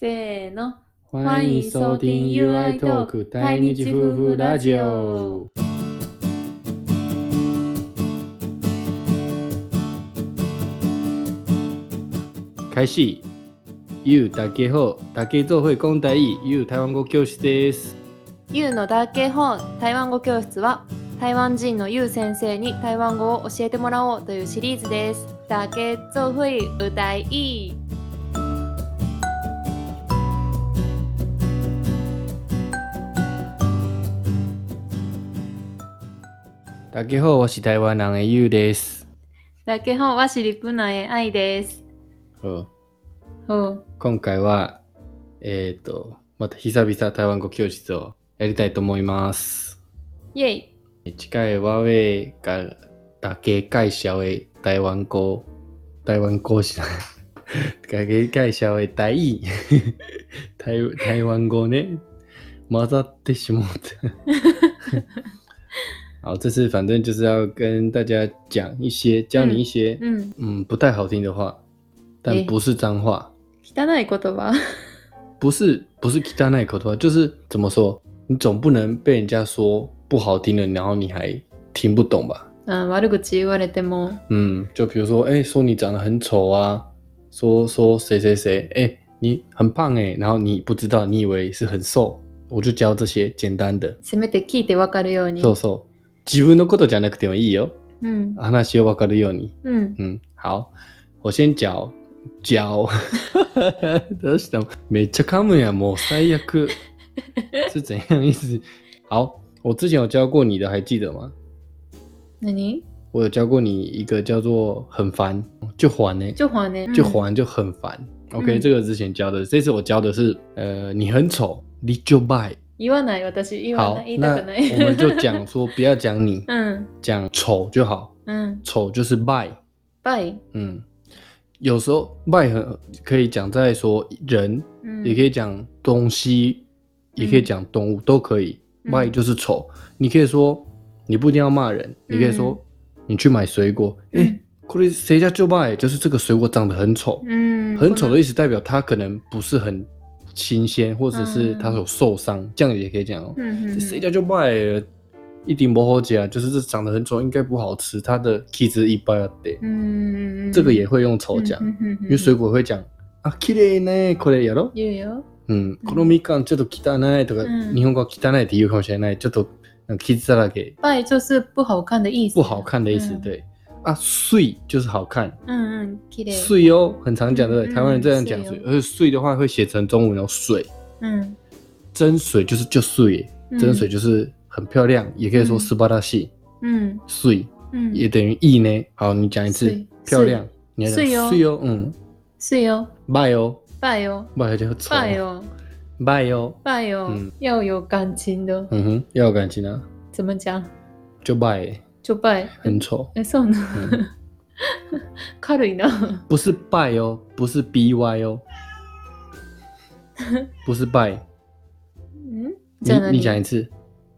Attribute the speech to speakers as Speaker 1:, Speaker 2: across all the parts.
Speaker 1: せーの。
Speaker 2: 欢迎收听 UI Talk 大日夫婦ラジオ。開始。ゆうだけほ、だけぞ会講台语、ゆう台湾語教室です。
Speaker 1: You のだけ本台湾語教室は台湾人の You 先生に台湾語を教えてもらおうというシリーズです。だけぞふいうたいい。
Speaker 2: だけほ、我是台湾人的ゆうです。
Speaker 1: だけ本はシリプナへ愛です。
Speaker 2: うん
Speaker 1: ほう
Speaker 2: 今回は、えっ、と、また久々台湾語教室をやりたいと思います。
Speaker 1: イェイ。
Speaker 2: 近い我为がだけ介紹へ台湾語台湾語 しないだけ介紹へ台 台台湾語ね混ざってしまった。 好，这次反正就是要跟大家讲一些，教你一些，
Speaker 1: うん。
Speaker 2: 嗯不太好听的话，但
Speaker 1: 诶
Speaker 2: 不是脏话，
Speaker 1: 汚い言葉。
Speaker 2: 不是不是 k i t a n a 口头，就是怎么说，你总不能被人家说不好听的，然后你还听不懂吧？
Speaker 1: うん、悪口言われても。
Speaker 2: 嗯，就比如说，哎、说你长得很丑啊，说说谁谁谁，哎、你很胖哎、然后你不知道，你以为是很瘦，我就教这些简单的。
Speaker 1: せめて聞いてわかるように。
Speaker 2: そうそう。自分のことじゃなくてもいいよ。
Speaker 1: うん。
Speaker 2: 話をわかるように。
Speaker 1: うん。
Speaker 2: 嗯，好，我先教教。どうしたの？めっちゃ噛むやんもう最悪。是怎样意思？好，我之前有教过你的，还记得吗？
Speaker 1: 何
Speaker 2: 我有教过你一个叫做很烦就还呢、
Speaker 1: 就还ね。
Speaker 2: 就还就很烦。OK，、
Speaker 1: 嗯
Speaker 2: 这个之前教的，这次我教的是，呃，你很丑，你就拜。
Speaker 1: 言わない私。言わ
Speaker 2: 好
Speaker 1: ない。言，い
Speaker 2: 那
Speaker 1: たくない。
Speaker 2: 我们就讲说，不要讲 你，
Speaker 1: うん。
Speaker 2: 讲丑就好，
Speaker 1: うん。
Speaker 2: 丑就是拜。
Speaker 1: バイ。
Speaker 2: 嗯，有时候拜很可以讲在说人，
Speaker 1: うん
Speaker 2: 也可以讲东西，也可以讲动物，都可以。
Speaker 1: 嗯
Speaker 2: 拜就是丑，你可以说你不一定要骂人，你可以说你去买水果，哎、
Speaker 1: 嗯
Speaker 2: これ谁家就拜，就是这个水果长得很丑。
Speaker 1: うん。
Speaker 2: 很丑的意思代表它可能不是很新鲜，或者
Speaker 1: 嗯
Speaker 2: 是它有受伤，这样也可以讲哦。
Speaker 1: うんうんう
Speaker 2: 这
Speaker 1: ん
Speaker 2: 谁家就卖了一顶薄荷啊，就是这长得很丑，应该不好吃，它的气质一般啊对，
Speaker 1: 嗯，
Speaker 2: 这个也会用丑讲，
Speaker 1: 嗯，嗯
Speaker 2: 因为水果会讲啊，綺麗ねこれやろ。
Speaker 1: 言うよ。
Speaker 2: 嗯，このみかんちょっと汚いとか、
Speaker 1: 嗯
Speaker 2: 日本語は汚いって言うかもしれない。ちょっとなんか傷だらけ、
Speaker 1: 拜就是不好看的意思，
Speaker 2: 不好看的意思。
Speaker 1: 嗯，
Speaker 2: 对啊，碎就是好看，
Speaker 1: 嗯嗯，綺麗，
Speaker 2: 碎哦，很常讲的，
Speaker 1: 嗯嗯
Speaker 2: 台湾人这样讲
Speaker 1: 碎
Speaker 2: 碎
Speaker 1: 哦，
Speaker 2: 而且碎的话会写成中文哦，水。
Speaker 1: 嗯，
Speaker 2: 真水就是就水，
Speaker 1: 嗯
Speaker 2: 真水就是很漂亮，也可以说
Speaker 1: 嗯
Speaker 2: 斯巴达系
Speaker 1: 嗯
Speaker 2: 水，
Speaker 1: 嗯，
Speaker 2: 也等于意呢。好，你讲一次
Speaker 1: 水，
Speaker 2: 漂亮，你要讲
Speaker 1: 水哦
Speaker 2: 水哦，嗯，
Speaker 1: 是哟，
Speaker 2: 拜哦，
Speaker 1: 拜哟，
Speaker 2: 拜就丑，
Speaker 1: 拜，哦哟，
Speaker 2: 拜哦，
Speaker 1: 拜哟
Speaker 2: 嗯，
Speaker 1: 要有感情的，
Speaker 2: 嗯哼，要有感情啊，
Speaker 1: 怎么讲？
Speaker 2: 就拜，
Speaker 1: 就拜，
Speaker 2: 很丑，
Speaker 1: 哎，そうな
Speaker 2: 嗯
Speaker 1: 軽いな。
Speaker 2: 不是拜哦，不是 B Y 哦，不是拜，
Speaker 1: 嗯，
Speaker 2: 你你讲一次，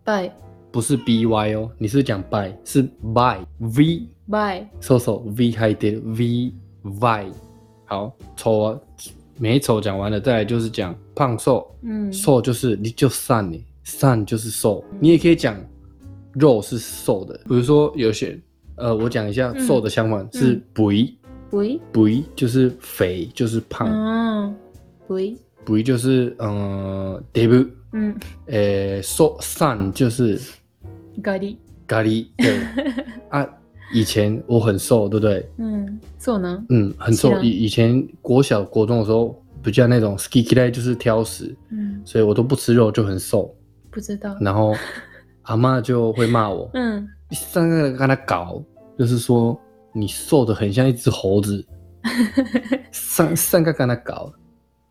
Speaker 1: 拜
Speaker 2: 不是 B Y 哦，你是讲拜，是拜 V
Speaker 1: 拜，
Speaker 2: 搜索 V 开的 V Y，好丑啊，美丑讲完了，再来就是讲胖瘦，
Speaker 1: 嗯，
Speaker 2: 瘦就是你就散你散就是瘦
Speaker 1: 嗯，
Speaker 2: 你也可以讲肉是瘦的，比如说有些呃，我讲一下
Speaker 1: 嗯
Speaker 2: 瘦的相反、是肥，
Speaker 1: 喂，
Speaker 2: 肥就是肥就是胖，
Speaker 1: 嗯，喂，
Speaker 2: 肥、就是嗯 d e b
Speaker 1: 嗯，
Speaker 2: 呃瘦散就是
Speaker 1: 咖喱，
Speaker 2: 咖喱，对 啊，以前我很瘦，对不对？
Speaker 1: 嗯，そうなん。
Speaker 2: 嗯，很
Speaker 1: 是
Speaker 2: 瘦。
Speaker 1: 啊
Speaker 2: 以以前国小、国中的时候，比较那种 ski k i 就是挑食，
Speaker 1: 嗯，
Speaker 2: 所以我都不吃肉，就很瘦。
Speaker 1: 不知道。
Speaker 2: 然后阿妈就会骂我，
Speaker 1: 嗯，
Speaker 2: 你上个跟他搞，就是说你瘦的很像一只猴子。上上个跟他搞，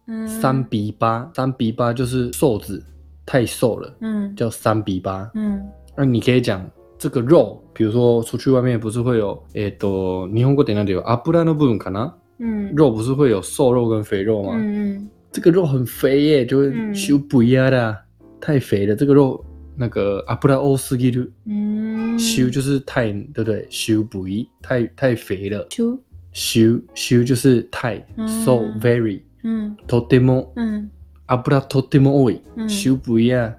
Speaker 1: 嗯
Speaker 2: 三，比八，三比八就是瘦子太瘦了，
Speaker 1: 嗯，
Speaker 2: 叫三比八。
Speaker 1: 嗯。
Speaker 2: 那你可以讲这个肉，比如说出去外面不是会有，えっと日本語でなんて言う油の部分かな？
Speaker 1: 嗯，
Speaker 2: 肉不是会有瘦肉跟肥肉吗？
Speaker 1: 嗯
Speaker 2: 这个肉很肥耶，就是
Speaker 1: 嗯
Speaker 2: 修不压的啊，太肥了。这个肉那个阿布拉欧斯基鲁
Speaker 1: 嗯嗯，
Speaker 2: 修就是太对不对？修不一太太肥了，
Speaker 1: 修，
Speaker 2: 修修就是太
Speaker 1: 嗯
Speaker 2: so very
Speaker 1: うん
Speaker 2: とても、
Speaker 1: うん
Speaker 2: 油とても多い。
Speaker 1: うん
Speaker 2: 修不一样，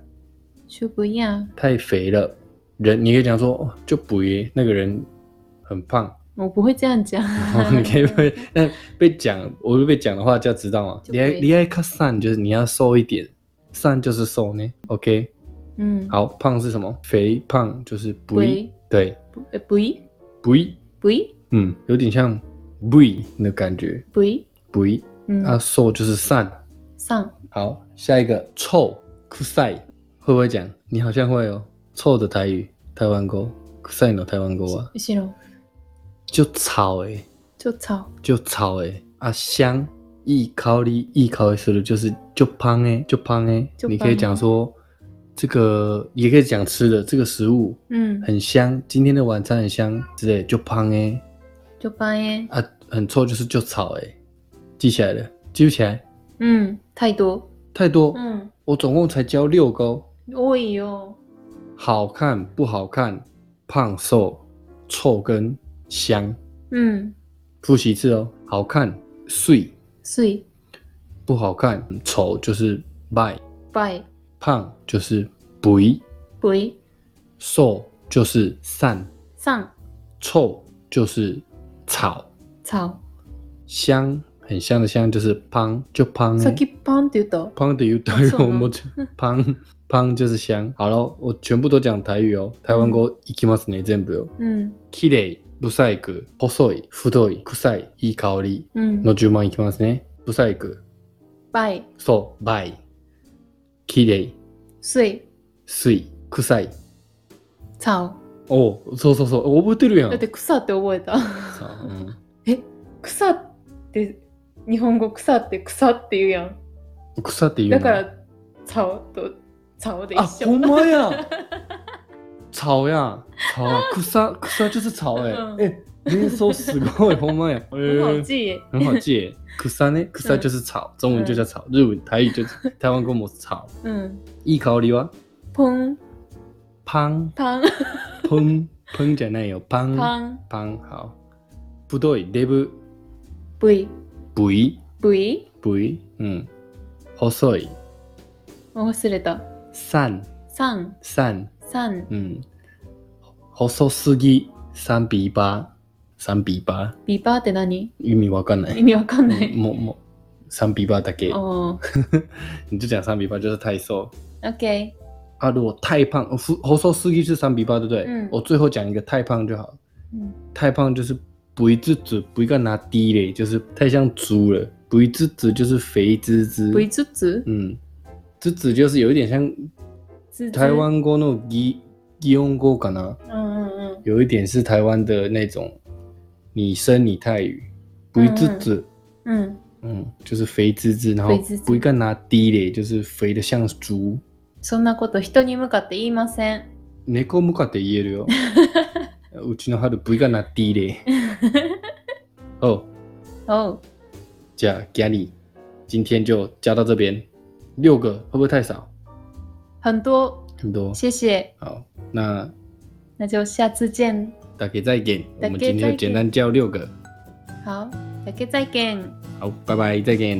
Speaker 1: 就不一样。
Speaker 2: 太肥了。人，你可以讲说哦就不一，那个人很胖。。
Speaker 1: 我不会这样讲
Speaker 2: 你可 以被那被讲，我就被讲的话就要知道嘛。
Speaker 1: 就不
Speaker 2: 你爱
Speaker 1: 一
Speaker 2: 你爱看散就是你要瘦一点，散就是瘦呢。OK，
Speaker 1: 嗯，
Speaker 2: 好，胖是什么？肥胖就是不
Speaker 1: 不
Speaker 2: 一，
Speaker 1: 一
Speaker 2: 对，
Speaker 1: 不呃不一
Speaker 2: 不一，
Speaker 1: 不一
Speaker 2: 嗯，有点像不一的感觉，
Speaker 1: 不一。
Speaker 2: 不一。
Speaker 1: 嗯，
Speaker 2: 啊，瘦就是散。
Speaker 1: 上
Speaker 2: 好，下一个臭酷晒会不会讲？你好像会哦，臭的台语台湾歌，酷晒呢台湾歌啊，
Speaker 1: 形容
Speaker 2: 就草欸诶、
Speaker 1: 就草
Speaker 2: 就草诶、啊香一考虑一考虑思路就是就胖诶、就胖诶、
Speaker 1: 就欸
Speaker 2: 你
Speaker 1: 香
Speaker 2: 可以讲说这个，也可以讲吃的这个食物
Speaker 1: 嗯
Speaker 2: 很香，今天的晚餐很香之类，就胖诶、
Speaker 1: 就八耶
Speaker 2: 啊很臭就是就草诶、记起来了，记不起来
Speaker 1: 嗯太多
Speaker 2: 太多，
Speaker 1: 嗯
Speaker 2: 我总共才教六个哦。
Speaker 1: 多いよ
Speaker 2: 好看不好看，胖瘦、臭跟香。
Speaker 1: 嗯
Speaker 2: 复习一次哦，好看碎，
Speaker 1: 水
Speaker 2: 不好看丑就是败，
Speaker 1: by
Speaker 2: 胖就是不一，
Speaker 1: 不一
Speaker 2: 瘦就是散，
Speaker 1: 上
Speaker 2: 臭就是草，
Speaker 1: 草
Speaker 2: 香很香的香就是胖就胖
Speaker 1: さ
Speaker 2: 欸
Speaker 1: っ、きパンって言った
Speaker 2: 胖的有台
Speaker 1: 哦
Speaker 2: 语
Speaker 1: 是吗
Speaker 2: 我们就 胖胖就是香。好了，我全部都讲台语哦，台湾語いきますね全部哦。
Speaker 1: うん
Speaker 2: 綺麗、不細工、細い、太い、臭い、いい香り
Speaker 1: うん
Speaker 2: の順番いきますね。不細工、
Speaker 1: by
Speaker 2: そう、ばい、綺麗、
Speaker 1: 水
Speaker 2: 水、臭い。
Speaker 1: 草
Speaker 2: おうそうそうそう、覚えてるやん。
Speaker 1: だって草って覚えた
Speaker 2: さあうん
Speaker 1: 草って日本語草って草って言うやん
Speaker 2: 草って言う
Speaker 1: だ
Speaker 2: の
Speaker 1: から草と草で
Speaker 2: あ、
Speaker 1: 一緒
Speaker 2: ほんま やん。草やん。草、啊草、草就是草哎え
Speaker 1: う。ん
Speaker 2: え、連想すごい、ほんまやん。え
Speaker 1: 嗯 很好嗯
Speaker 2: ー
Speaker 1: 记耶。
Speaker 2: 呃很好记耶。草呢？草就是草，中文就叫草，日文、台语就是台湾跟我们草。
Speaker 1: 嗯，
Speaker 2: いい香りは？
Speaker 1: 砰
Speaker 2: パン。
Speaker 1: 砰
Speaker 2: 砰砰じゃないよ。パン。
Speaker 1: 砰
Speaker 2: パン。哦好。不对。デブ。
Speaker 1: ，v
Speaker 2: ブイ。
Speaker 1: v，
Speaker 2: ブイ。うん。細い。
Speaker 1: 我忘れた。
Speaker 2: 三。
Speaker 1: 三
Speaker 2: 三。
Speaker 1: 三
Speaker 2: うん。細すぎ。三比八。三比八。
Speaker 1: ビバーって何？
Speaker 2: 意味わかんな
Speaker 1: 意
Speaker 2: い。
Speaker 1: 味わかんない。
Speaker 2: もう、もう。三比八だけ。
Speaker 1: 哦
Speaker 2: 你就讲三比八就是太瘦。
Speaker 1: ，OK，
Speaker 2: 啊，如果太胖，呃腹猴瘦四一是三比八，对不对？
Speaker 1: 嗯
Speaker 2: 我最后讲一个太胖就好。
Speaker 1: 嗯，
Speaker 2: 太胖就是不一只子，不一个拿低嘞，就是太像猪了。不一只子就是肥滋滋。
Speaker 1: 不一つ
Speaker 2: 嗯，这子就是有一点像
Speaker 1: つ
Speaker 2: 台，湾锅那种鸡鸡翁锅感啊，
Speaker 1: 嗯嗯嗯，
Speaker 2: 有一点是台湾的那种拟声拟泰语，不一只子。
Speaker 1: 嗯
Speaker 2: 嗯，就是肥滋滋，然后
Speaker 1: 肥滋滋
Speaker 2: 不一个拿低嘞，就是肥的像猪。
Speaker 1: そんなこと人に向かって言いません。
Speaker 2: 猫向かって言える よ。うちの春 V がなっていれ。哦，
Speaker 1: 哦，
Speaker 2: じゃあ g a n 今天就加到这边，六个会不会太少？
Speaker 1: 很多，
Speaker 2: 很多。
Speaker 1: 谢谢，
Speaker 2: 好，那
Speaker 1: 那就下次见。
Speaker 2: 大家再见。我
Speaker 1: 大家再见
Speaker 2: 们今天就简单教六个。
Speaker 1: 好，大家再见。
Speaker 2: 好，拜拜，再见。